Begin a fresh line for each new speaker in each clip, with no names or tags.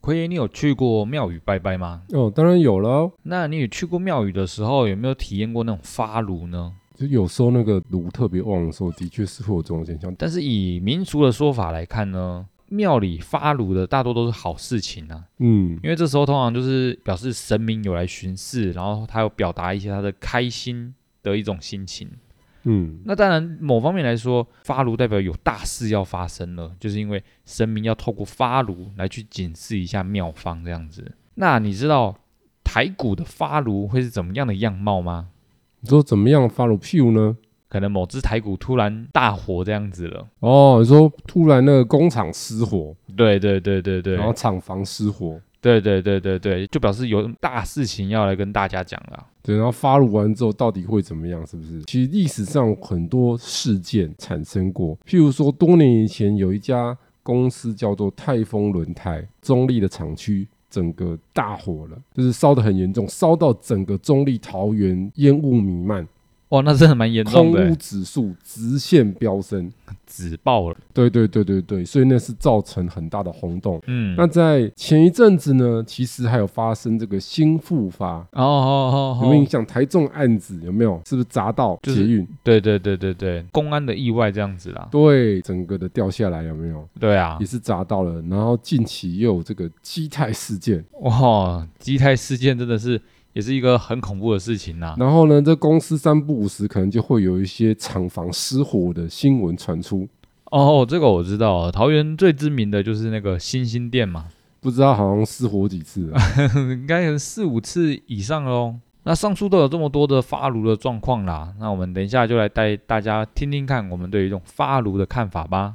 奎爷，你有去过庙宇拜拜吗？
哦，当然有了，
那你去过庙宇的时候，有没有体验过那种发炉呢？
就有时候那个炉特别旺的时候，的确是会有这种现象。
但是以民俗的说法来看呢，庙里发炉的大多都是好事情啊，
嗯，
因为这时候通常就是表示神明有来巡视，然后他有表达一些他的开心的一种心情。
嗯，
那当然，某方面来说，发炉代表有大事要发生了，就是因为神明要透过发炉来去警示一下庙方这样子。那你知道台股的发炉会是怎么样的样貌吗？
你说怎么样发了屁股呢？
可能某只台股突然大火这样子了。
哦，你说突然那个工厂失火，
对对对对对，
然后厂房失火，
对对对对对，就表示有大事情要来跟大家讲了。
对，然后发炉完之后到底会怎么样？是不是？其实历史上很多事件产生过，譬如说多年以前有一家公司叫做泰丰轮胎，中立的厂区整个大火了，就是烧得很严重，烧到整个中立桃园烟雾弥漫，
哇，那真的蛮严
空
重
屋
的，
指数直线飙升。
纸爆了。
对对对对对，所以那是造成很大的轰动。
嗯，
那在前一阵子呢，其实还有发生这个新复发，
哦哦哦
有没有
哦
影，响台中案子？有没有？是不是砸到
就
捷
是
运？
对对对对对，公安的意外这样子啦。
对，整个的掉下来有没有？
对啊
也，是砸到了。然后近期又有这个基泰事件，
哇，基泰事件真的是也是一个很恐怖的事情呐、
然后呢，这公司三不五时可能就会有一些厂房失火的新闻传出。
哦，这个我知道，桃园最知名的就是那个星星店嘛，
不知道好像失火几次了，
应该有四五次以上喽。那上述都有这么多的发炉的状况啦，那我们等一下就来带大家听听看我们对于这种发炉的看法吧。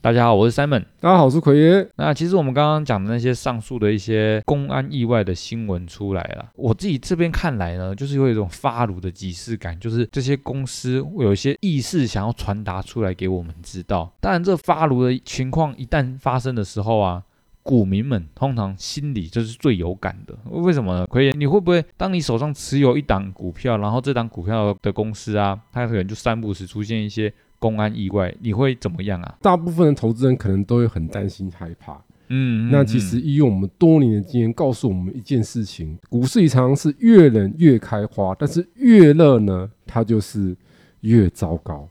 大家好，我是 Simon。
大家好，我是奎爷。
那其实我们刚刚讲的那些上述的一些公安意外的新闻出来了，我自己这边看来呢，就是有一种发炉的即视感，就是这些公司会有一些意识想要传达出来给我们知道。当然，这发炉的情况一旦发生的时候啊。股民们通常心里就是最有感的，为什么呢？奎爷，你会不会当你手上持有一档股票，然后这档股票的公司啊，它可能就三不时出现一些公安意外，你会怎么样啊？
大部分的投资人可能都会很担心害怕。
嗯，
那
嗯
其
嗯
实以我们多年的经验告诉我们一件事情：股市里常常是越冷越开花，但是越热呢，它就是越糟糕。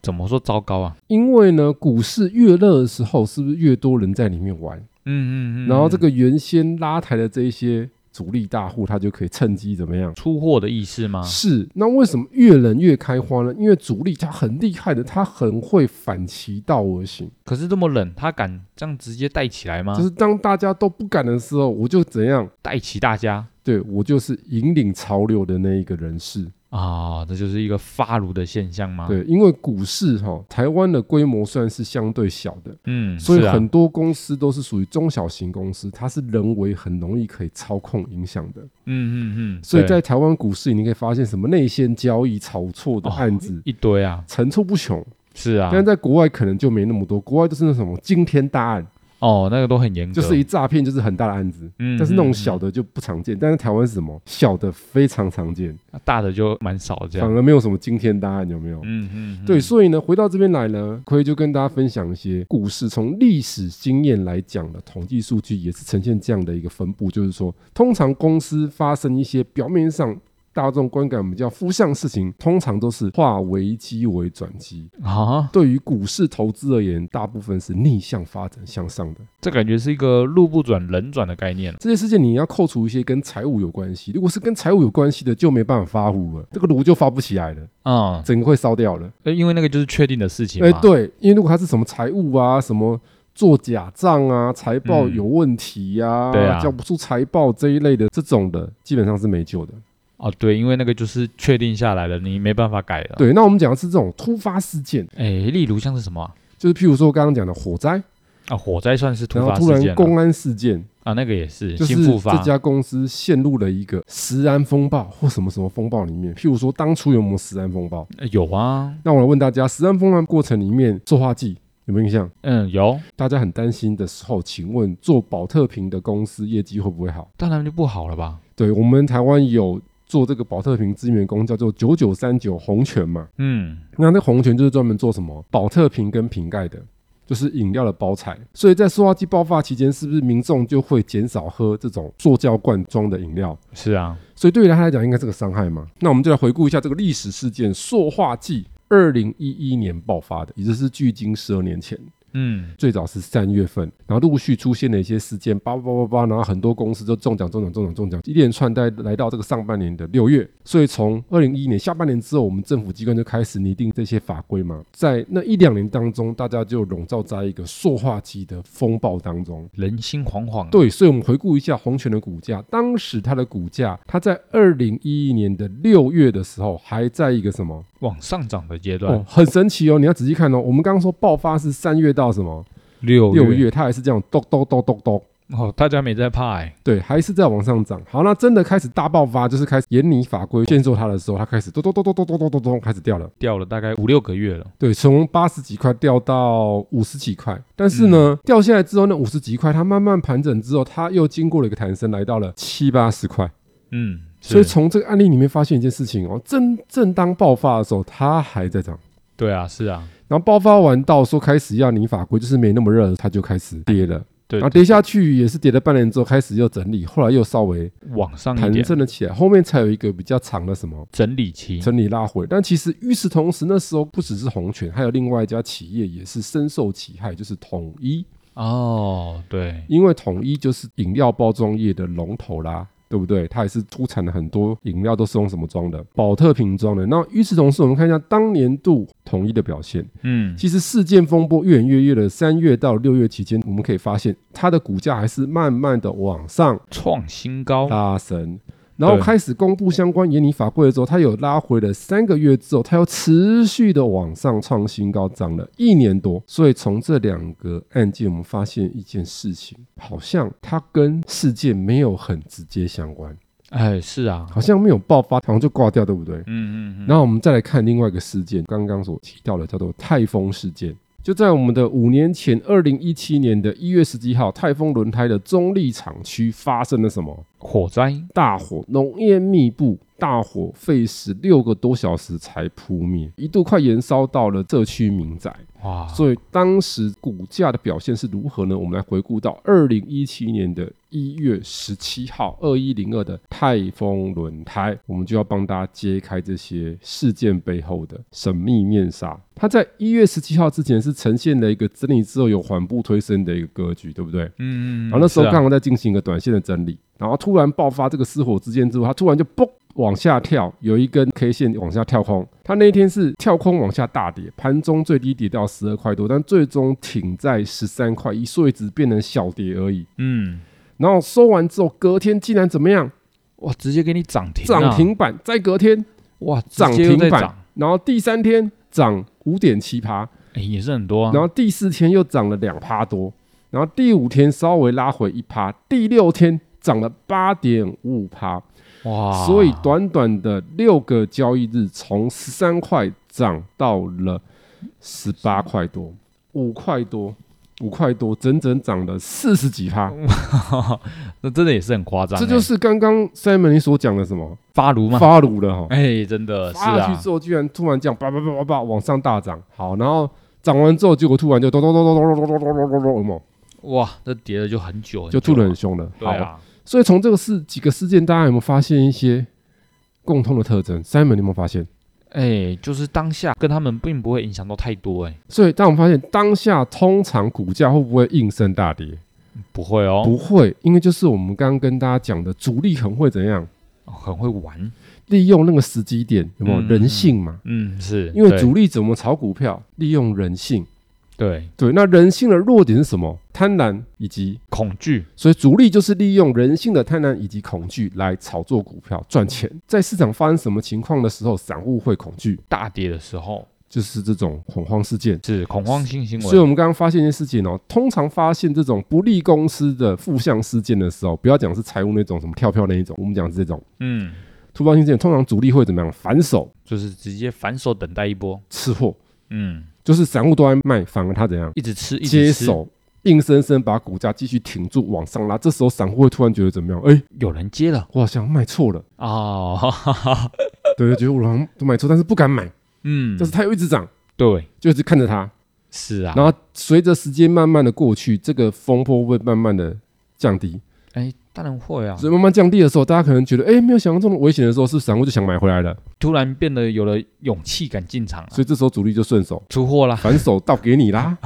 怎么说糟糕啊？
因为呢，股市越热的时候，是不是越多人在里面玩？
嗯嗯嗯，
然后这个原先拉抬的这一些主力大户，他就可以趁机怎么样？
出货的意思吗？
是，那为什么越冷越开花呢？因为主力他很厉害的，他很会反其道而行，
可是这么冷，他敢这样直接带起来吗？
就是当大家都不敢的时候，我就怎样？
带起大家
对我就是引领潮流的那一个人士。
啊、这就是一个发炉的现象吗？，
对，因为股市哈、台湾的规模算是相对小的，
嗯，
所以
是啊
很多公司都是属于中小型公司，它是人为很容易可以操控影响的。
嗯嗯嗯，
所以
对
在台湾股市，你可以发现什么内线交易、炒错的案子。
一堆啊，
层出不穷，
是啊
但，是在国外可能就没那么多。国外就是那什么惊天大案，
哦，那个都很严格，
就是一诈骗就是很大的案子，
嗯，嗯，
但是那种
嗯
小的就不常见。但是台湾是什么小的非常常见，
嗯大的就蛮少这
反
样，
而没有什么惊天大案，有没有？
嗯嗯，嗯
对，，所以呢，回到这边来呢，亏就跟大家分享一些故事。从历史经验来讲的统计数据也是呈现这样的一个分布，就是说，通常公司发生一些表面上大众观感比较负向的事情，通常都是化危机为转机。
啊，
对于股市投资而言，大部分是逆向发展向上的。
这感觉是一个路不转人转的概念，
这些事件你要扣除一些跟财务有关系，如果是跟财务有关系的，就没办法发炉了，这个炉就发不起来了，
嗯，
整个会烧掉了。
呃因为那个就是确定的事情
哎、
嘛，
对，因为如果他是什么财务啊，什么做假账啊，财报
嗯
有问题呀、
对啊
交不出财报这一类的，这种的基本上是没救的。
哦，对，因为那个就是确定下来了，你没办法改了。，
对，那我们讲的是这种突发事件，
哎，例如像是什么啊？
就是譬如说刚刚讲的火灾，
啊火灾算是
然
突
后
发
突
事件
然
啊
公安事件，
啊，那个也是
就是
新复发
这家公司陷入了一个食安风暴或什么什么风暴里面。譬如说当初有没有食安风暴？
呃有啊，
那我来问大家，食安风暴过程里面塑化剂有没有印象？
嗯，有，
大家很担心的时候，请问做保特瓶的公司业绩会不会好？
当然就不好了吧？
对我们台湾有做这个保特瓶知名工叫做九九三九红泉嘛，
嗯，
那那红泉就是专门做什么保特瓶跟瓶盖的，就是饮料的包材。所以在塑化剂爆发期间，是不是民众就会减少喝这种塑胶罐装的饮料？
是啊，
所以对于他来讲，应该是个伤害嘛。那我们就来回顾一下这个历史事件：塑化剂二零一一年爆发的，也就是距今十二年前。
嗯，
最早是三月份，然后陆续出现了一些事件，叭叭叭叭，然后很多公司都中奖、中奖、中奖、中奖，一连串带来到这个上半年的六月。所以从二零一一年下半年之后，我们政府机关就开始拟定这些法规嘛，在那一两年当中，大家就笼罩在一个塑化剂的风暴当中。
人心惶惶。，
对，所以我们回顾一下红泉的股价，当时它的股价，它在二零一一年的六月的时候，还在一个什么？
往上涨的阶
哦
段，，
很神奇哦！你要仔细看哦。我们刚刚说爆发是三月到什么？
六
六月，它还是这样咚咚咚咚咚，
哦，大家没在怕哎，
对，还是在往上涨。好，那真的开始大爆发，就是开始严拟法规限制它的时候，它开始咚咚咚咚咚咚咚咚咚开始掉了。
掉了大概五六个月了。
对，从八十几块掉到五十几块，但是呢，掉下来之后，那五十几块它慢慢盘整之后，它又经过了一个弹升，来到了七八十块。
嗯，
所以
是
从这个案例里面发现一件事情哦，正正当爆发的时候，它还在涨。
对啊，是啊，
然后爆发完到说开始要拟法规，就是没那么热，它就开始跌了。
对
然后，跌下去也是跌了半年之后开始又整理，后来又稍微
往上一
弹
点，
升了起来，后面才有一个比较长的什么
整理期。
整理拉回。但其实与此同时，那时候不只是红泉，还有另外一家企业也是深受其害，就是统一，
哦，对，
因为统一就是饮料包装业的龙头啦。对不对？它也是出产了很多饮料，都是用什么装的？保特瓶装的。那与此同时，我们看一下当年度统一的表现。
嗯，
其实事件风波越演越烈的三月到六月期间，我们可以发现它的股价还是慢慢的往上
创新高。
拉升。然后
对
开始公布相关严拟法规的时候，它有拉回了三个月之后，它又持续的往上创新高，涨了一年多。所以从这两个案件，我们发现一件事情，好像它跟事件没有很直接相关，
哎，是啊，
好像没有爆发，好像就挂掉，对不对？
嗯嗯嗯，
然后我们再来看另外一个事件，刚刚所提到的叫做泰丰事件。就在我们的五年前，二零一七年的一月十七号，泰丰轮胎的中立厂区发生了什么
火灾
大火？浓烟密布，大火费时六个多小时才扑灭，一度快燃烧到了社区民宅。
哇，
所以当时股价的表现是如何呢？我们来回顾到二零一七年的一月十七号，二一零二的泰丰轮胎，我们就要帮大家揭开这些事件背后的神秘面纱。它在一月十七号之前是呈现了一个整理之后有缓步推升的一个格局，对不对？
嗯嗯，嗯
然后那时候
是啊
刚好在进行一个短线的整理，然后突然爆发这个失火之间之后，它突然就嘣往下跳，有一根 K 线往下跳空。它那一天是跳空往下大跌，盘中最低跌到十二块多，但最终挺在十三块一，所以只变成小跌而已。
嗯，
然后收完之后，隔天竟然怎么样？
哇，直接给你涨停啊，
涨停板，再隔天
哇，直
涨
接又
停
在
板
涨，，
然后第三天涨五点七趴，
哎，也是很多啊
然。后第四天又涨了两趴多，然后第五天稍微拉回一趴，第六天涨了八点五五趴，
哇，
所以短短的六个交易日，从十三块涨到了十八块多，五块多，五块多，整整涨了四十几趴。
欸 那真的也是很夸张欸，
这就是刚刚 Simon 你所讲的什么
发炉嘛。
发炉了哈，
哎，真的是
发下去
啊，
之后居然突然这样叭叭叭叭叭往上大涨，好，然后涨完之后，结果突然就咚咚咚咚咚咚咚咚咚咚咚，有没有
哇，这跌了就很久，
就吐
吐
得很凶了。
对
好，
啊，
所以从这个事几个事件，大家有没有发现一些共通的特征？Simon，你有没有发现？
哎，就是当下跟他们并不会影响到太多，哎，
所以，当我们发现当下通常股价会不会应声大跌？
不会哦，
不会，因为就是我们刚刚跟大家讲的，主力很会怎样
哦很会玩，
利用那个时机点，有没有
嗯
人性嘛？
嗯，是
因为
对
主力怎么炒股票，利用人性。
对
对，那人性的弱点是什么？贪婪以及
恐惧，
所以主力就是利用人性的贪婪以及恐惧来炒作股票赚钱。在市场发生什么情况的时候，散户会恐惧，
大跌的时候
就是这种恐慌事件。
是恐慌性新
所以，
闻，
我们刚刚发现一件事情哦，通常发现这种不利公司的负向事件的时候，不要讲是财务那种什么跳票那一种，我们讲是这种
嗯，
突发性事件，通常主力会怎么样？反手
就是直接反手等待一波，
吃货，
嗯，
就是散户都在卖，反而他怎样？
一直吃，一
接
直吃，
手，硬生生把股价继续挺住往上拉。这时候散户会突然觉得怎么样？哎，
有人接了
我好像卖错了，
哦， 哈哈哈，
对，就觉得我好像都买错，但是不敢买，
嗯
但，是它又一直涨，
对，
就一直看着它。
是啊，
然后随着时间慢慢的过去，这个风波会慢慢的降低。
哎，当然会啊，
所以慢慢降低的时候，大家可能觉得，哎，没有想象中的危险的时候，是散户就想买回来了，
突然变得有了勇气敢进场啊了，
所以这时候主力就顺手
出货啦，
反手倒给你啦。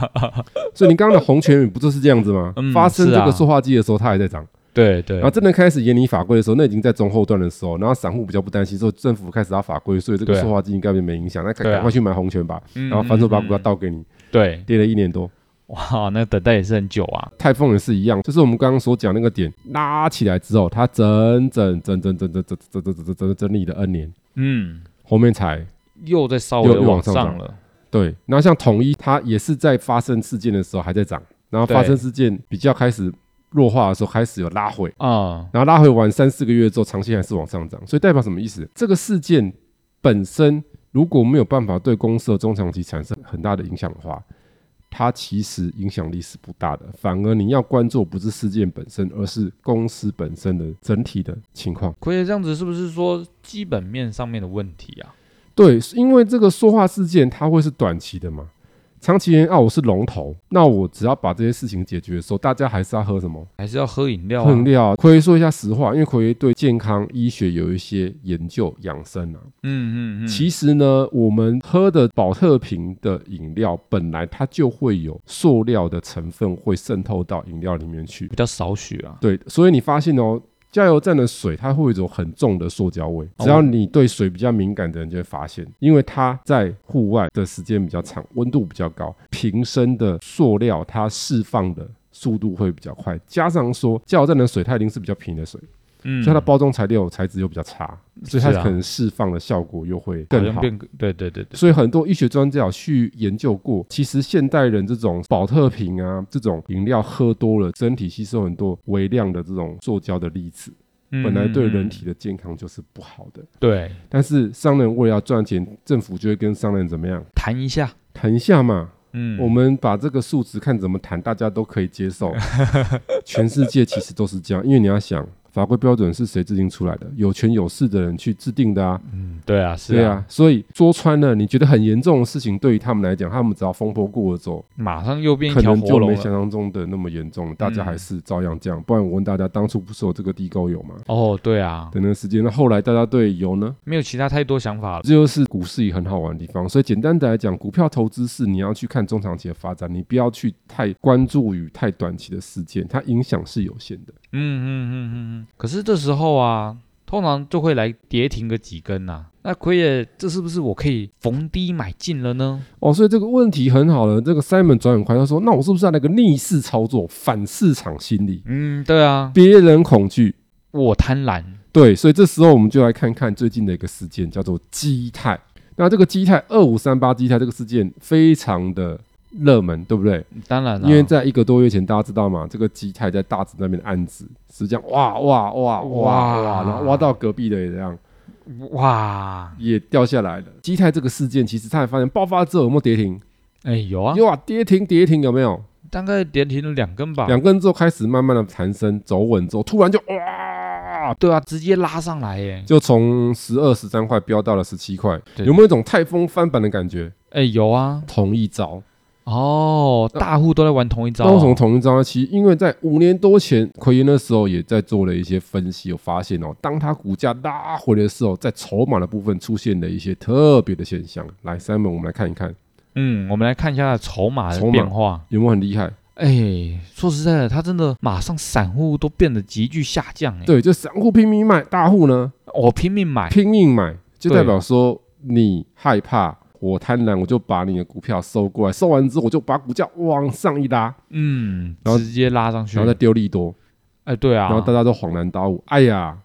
所以你刚刚的红泉宇不就是这样子吗？
嗯
发生这
是啊
个塑化剂的时候，它还在涨。
对对
然后真的开始严拟法规的时候，那已经在中后段的时候，然后散户比较不担心，说政府开始要法规，所以这个
对啊
塑化剂应该就没影响，那赶
对啊
赶快去买红权吧，
然
然后反手把股票，倒给你，
嗯嗯嗯对，
跌了一年多。
哇，那等待也是很久啊，
泰丰也是一样，就是我们刚刚所讲那个点拉起来之后，它整整整整整整整整整整整整整理了 N 年，
嗯，
后面才
又在稍微
又又往
往
上
上
涨
了，
对。然后像统一，它也是在发生事件的时候还在涨，然后发
对
生事件比较开始弱化的时候，开始有拉回，
啊，
然后拉回完三四个月之后，长线还是往上涨，所以代表什么意思？这个事件本身如果没有办法对公司的中长期产生很大的影响的话，它其实影响力是不大的。反而你要关注不是事件本身，而是公司本身的整体的情况。
可以这样子是不是说基本面上面的问题啊？
对，因为这个说话事件它会是短期的嘛，长期而言啊，我是龙头，那我只要把这些事情解决的时候，大家还是要喝什么？
还是要喝饮料啊？
喝饮料啊。奎爷说一下实话，因为奎爷对健康医学有一些研究养生啊。
嗯嗯嗯，
其实呢，我们喝的保特瓶的饮料，本来它就会有塑料的成分会渗透到饮料里面去
比。较少许啊，
对，所以你发现哦，加油站的水它会有一种很重的塑胶味。
哦
只要你对水比较敏感的人就会发现，因为它在户外的时间比较长，温度比较高，瓶身的塑料它释放的。速度会比较快，加上说加油站的水它一定是比较平的水，
嗯，
所以它的包装材料材质又比较差，所以它
是啊
可能释放的效果又会
好
更
像
好。
变对对对对，
所以很多医学专家有去研究过，其实现代人这种保特瓶啊，这种饮料喝多了，身体吸收很多微量的这种塑胶的粒子，本来对人体
嗯嗯
的健康就是不好的。
嗯对
但是商人为了要赚钱，政府就会跟商人怎么样
谈一下，
谈一下嘛。
嗯，
我们把这个数值看怎么谈，大家都可以 接受。全世界其实都是这样，因为你要想。法规标准是谁制定出来的？有权有势的人去制定的啊。
嗯对啊是
对，啊，所以说穿了，你觉得很严重的事情，对于他们来讲，他们只要风波过了之后，
马上又变一
可
条
能就
活龙
没想
了。
象中的那么严重了。大家
嗯
还是照样这样，不然我问大家，当初不是有这个地沟油吗？
哦，对啊，
等那个时间，那后来大家对油呢？
没有其他太多想法了。啊
这就是股市也很好玩的地方。所以简单的来讲，股票投资是你要去看中长期的发展，你不要去太关注于太短期的事件，它影响是有限的。
嗯嗯嗯嗯嗯。可是这时候啊，通常就会来跌停个几根呐、那奎爷，这是不是我可以逢低买进了呢？
哦，所以这个问题很好了。这个 Simon 转很快，他说：“那我是不是要那个逆势操作，反市场心理，
嗯，对啊，
别人恐惧？”
我贪婪。
对，所以这时候我们就来看看最近的一个事件，叫做基泰。那这个基泰二五三八基泰这个事件非常的热门，对不对？
当然了、
因为在一个多月前，大家知道嘛，这个基泰在大直那边的案子是这样，哇哇哇哇哇，然后挖到隔壁的也这样，
哇，
也掉下来了。基泰这个事件，其实他也发现爆发之后有没有跌停？
哎、有啊，
有啊，跌停跌停有没有？
大概跌停了两根吧。
两根之后开始慢慢的弹升，走稳之后，突然就哇，
对啊，直接拉上来耶。
就从十二十三块飙到了十七块，
对
有没有一种泰丰翻版的感觉？
哎、有啊。
同一招。
哦，大户都在玩同一招、
那为什么
哦。
同一招呢？其实因为在五年多前，奎爷那时候也在做了一些分析，有发现哦，当它股价拉回的时候，在筹码的部分出现了一些特别的现象。来，Simon，我们来看一看
嗯，我们来看一下筹码的
筹码
变化。
有没有很厉害？
哎、说实在的，它真的马上散户都变得急剧下降哎。
对，就散户拼命卖，大户呢
我拼命买。
拼命买，就代表说你害怕我贪婪，我就把你的股票收过来，收完之后我就把股价往上一拉，
嗯，
然后
直接拉上去
然后，再丢利多，
哎，对啊，
然后大家都恍然大悟，哎呀，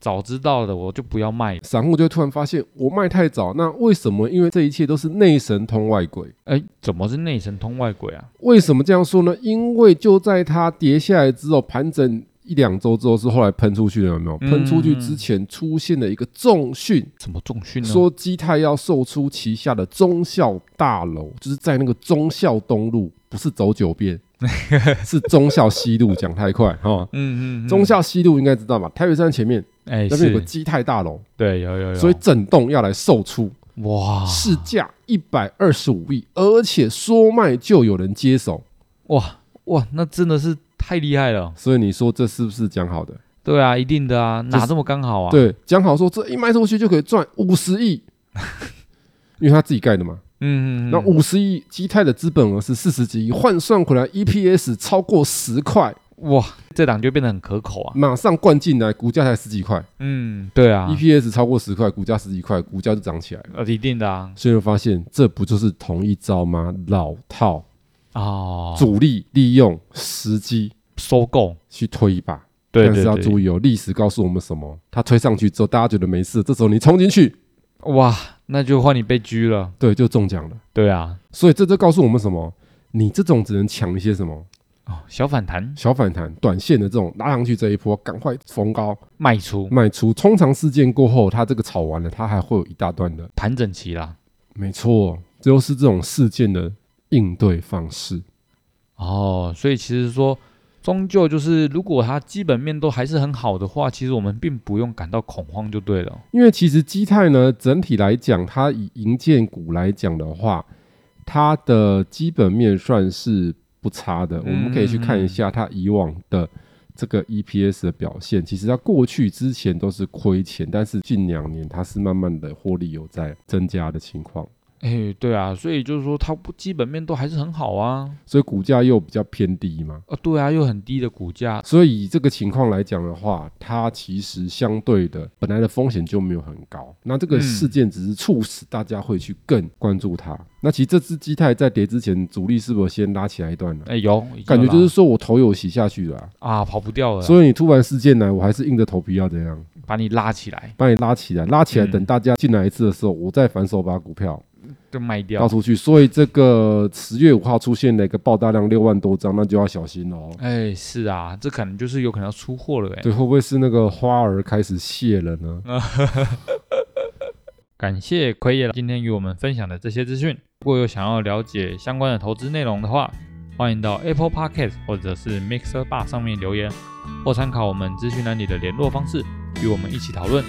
早知道的我就不要卖，
散户就会突然发现我卖太早，那为什么？因为这一切都是内神通外鬼。
哎，怎么是内神通外鬼啊？
为什么这样说呢？因为就在它跌下来之后，盘整一两周之后是后来喷出去的，有没有？
嗯
喷出去之前出现了一个重讯，
什么重训呢？
说基泰要售出旗下的中校大楼，就是在那个中校东路，不是走九遍， 是中校西路。讲太快哈、哦，
嗯嗯嗯，
中校西路应该知道吧？台北山前面
哎
那边有个
是，
基泰大楼，
对，啊有有有，
所以整栋要来售出。
哇
市价一百二十五亿，而且说卖就有人接手，
哇哇，那真的是太厉害了，
所以你说这是不是讲好的？
对啊，一定的啊，
这
哪
是
这么刚好啊？，
对，讲好说这一卖出去就可以赚五 十亿，因为他自己盖的嘛。
嗯嗯，嗯
那五十亿，基泰的资本额是四十几亿，换算回来 EPS 超过十块，
哇，这档就变得很可口啊，
马上灌进来，股价才十几块、
嗯，对啊
e，p s 超过十块，股价十几块，股价就涨起来了。
呃，一定的啊，
所以我发现这不就是同一招吗？老套，
哦，
主力利用时机
收购，
去推一把。
对
但
对
是要
对，
注意哦，历史告诉我们什么？它推上去之后，大家觉得没事，这时候你冲进去，
哇，那就换你被狙了，
对，就中奖了。
对啊，
所以这就告诉我们什么？你这种只能抢一些什么
哦，小反弹
小反弹、短线的这种拉上去这一波，赶快逢高
卖出，
卖出。通常事件过后，它这个炒完了，它还会有一大段的。
盘整齐啦，
没错，这就是这种事件的应对方式。
哦，所以其实说。终究就是，如果它基本面都还是很好的话，其实我们并不用感到恐慌就对了。
因为其实基泰呢，整体来讲，它以银建股来讲的话，它的基本面算是不差的。我们可以去看一下它以往的这个 EPS 的表现。其实它过去之前都是亏钱，但是近两年它是慢慢的获利有在增加的情况，
哎，对啊，所以就是说它不基本面都还是很好啊，
所以股价又比较偏低嘛。
啊，对啊，又很低的股价，
所以以这个情况来讲的话，它其实相对的本来的风险就没有很高。那这个
嗯
事件只是促使大家会去更关注它。那其实这只基泰在跌之前，主力是不是先拉起来一段了？
哎，有
感觉
有啦
就是说我头有洗下去了啊、
啊，跑不掉了，
所以你突然事件来，我还是硬着头皮要怎样
把你拉起来
把你拉起来，拉起来，
嗯
等大家进来一次的时候，我再反手把股票
就卖掉
倒。出去。所以这个十月五号出现了一个爆大量六万多张，那就要小心喽。
哎，是啊，这可能就是有可能要出货了哎。
对，会不会是那个花儿开始谢了呢？
感谢奎爷今天与我们分享的这些资讯。如果有想要了解相关的投资内容的话，欢迎到 Apple Podcast 或者是 Mixer Bar 上面留言，或参考我们资讯栏里的联络方式，与我们一起讨论。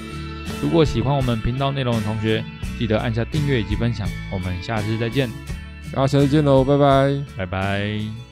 如果喜欢我们频道内容的同学，记得按下订阅以及分享。我们下次再见，
啊，下次见喽，拜拜。
拜拜。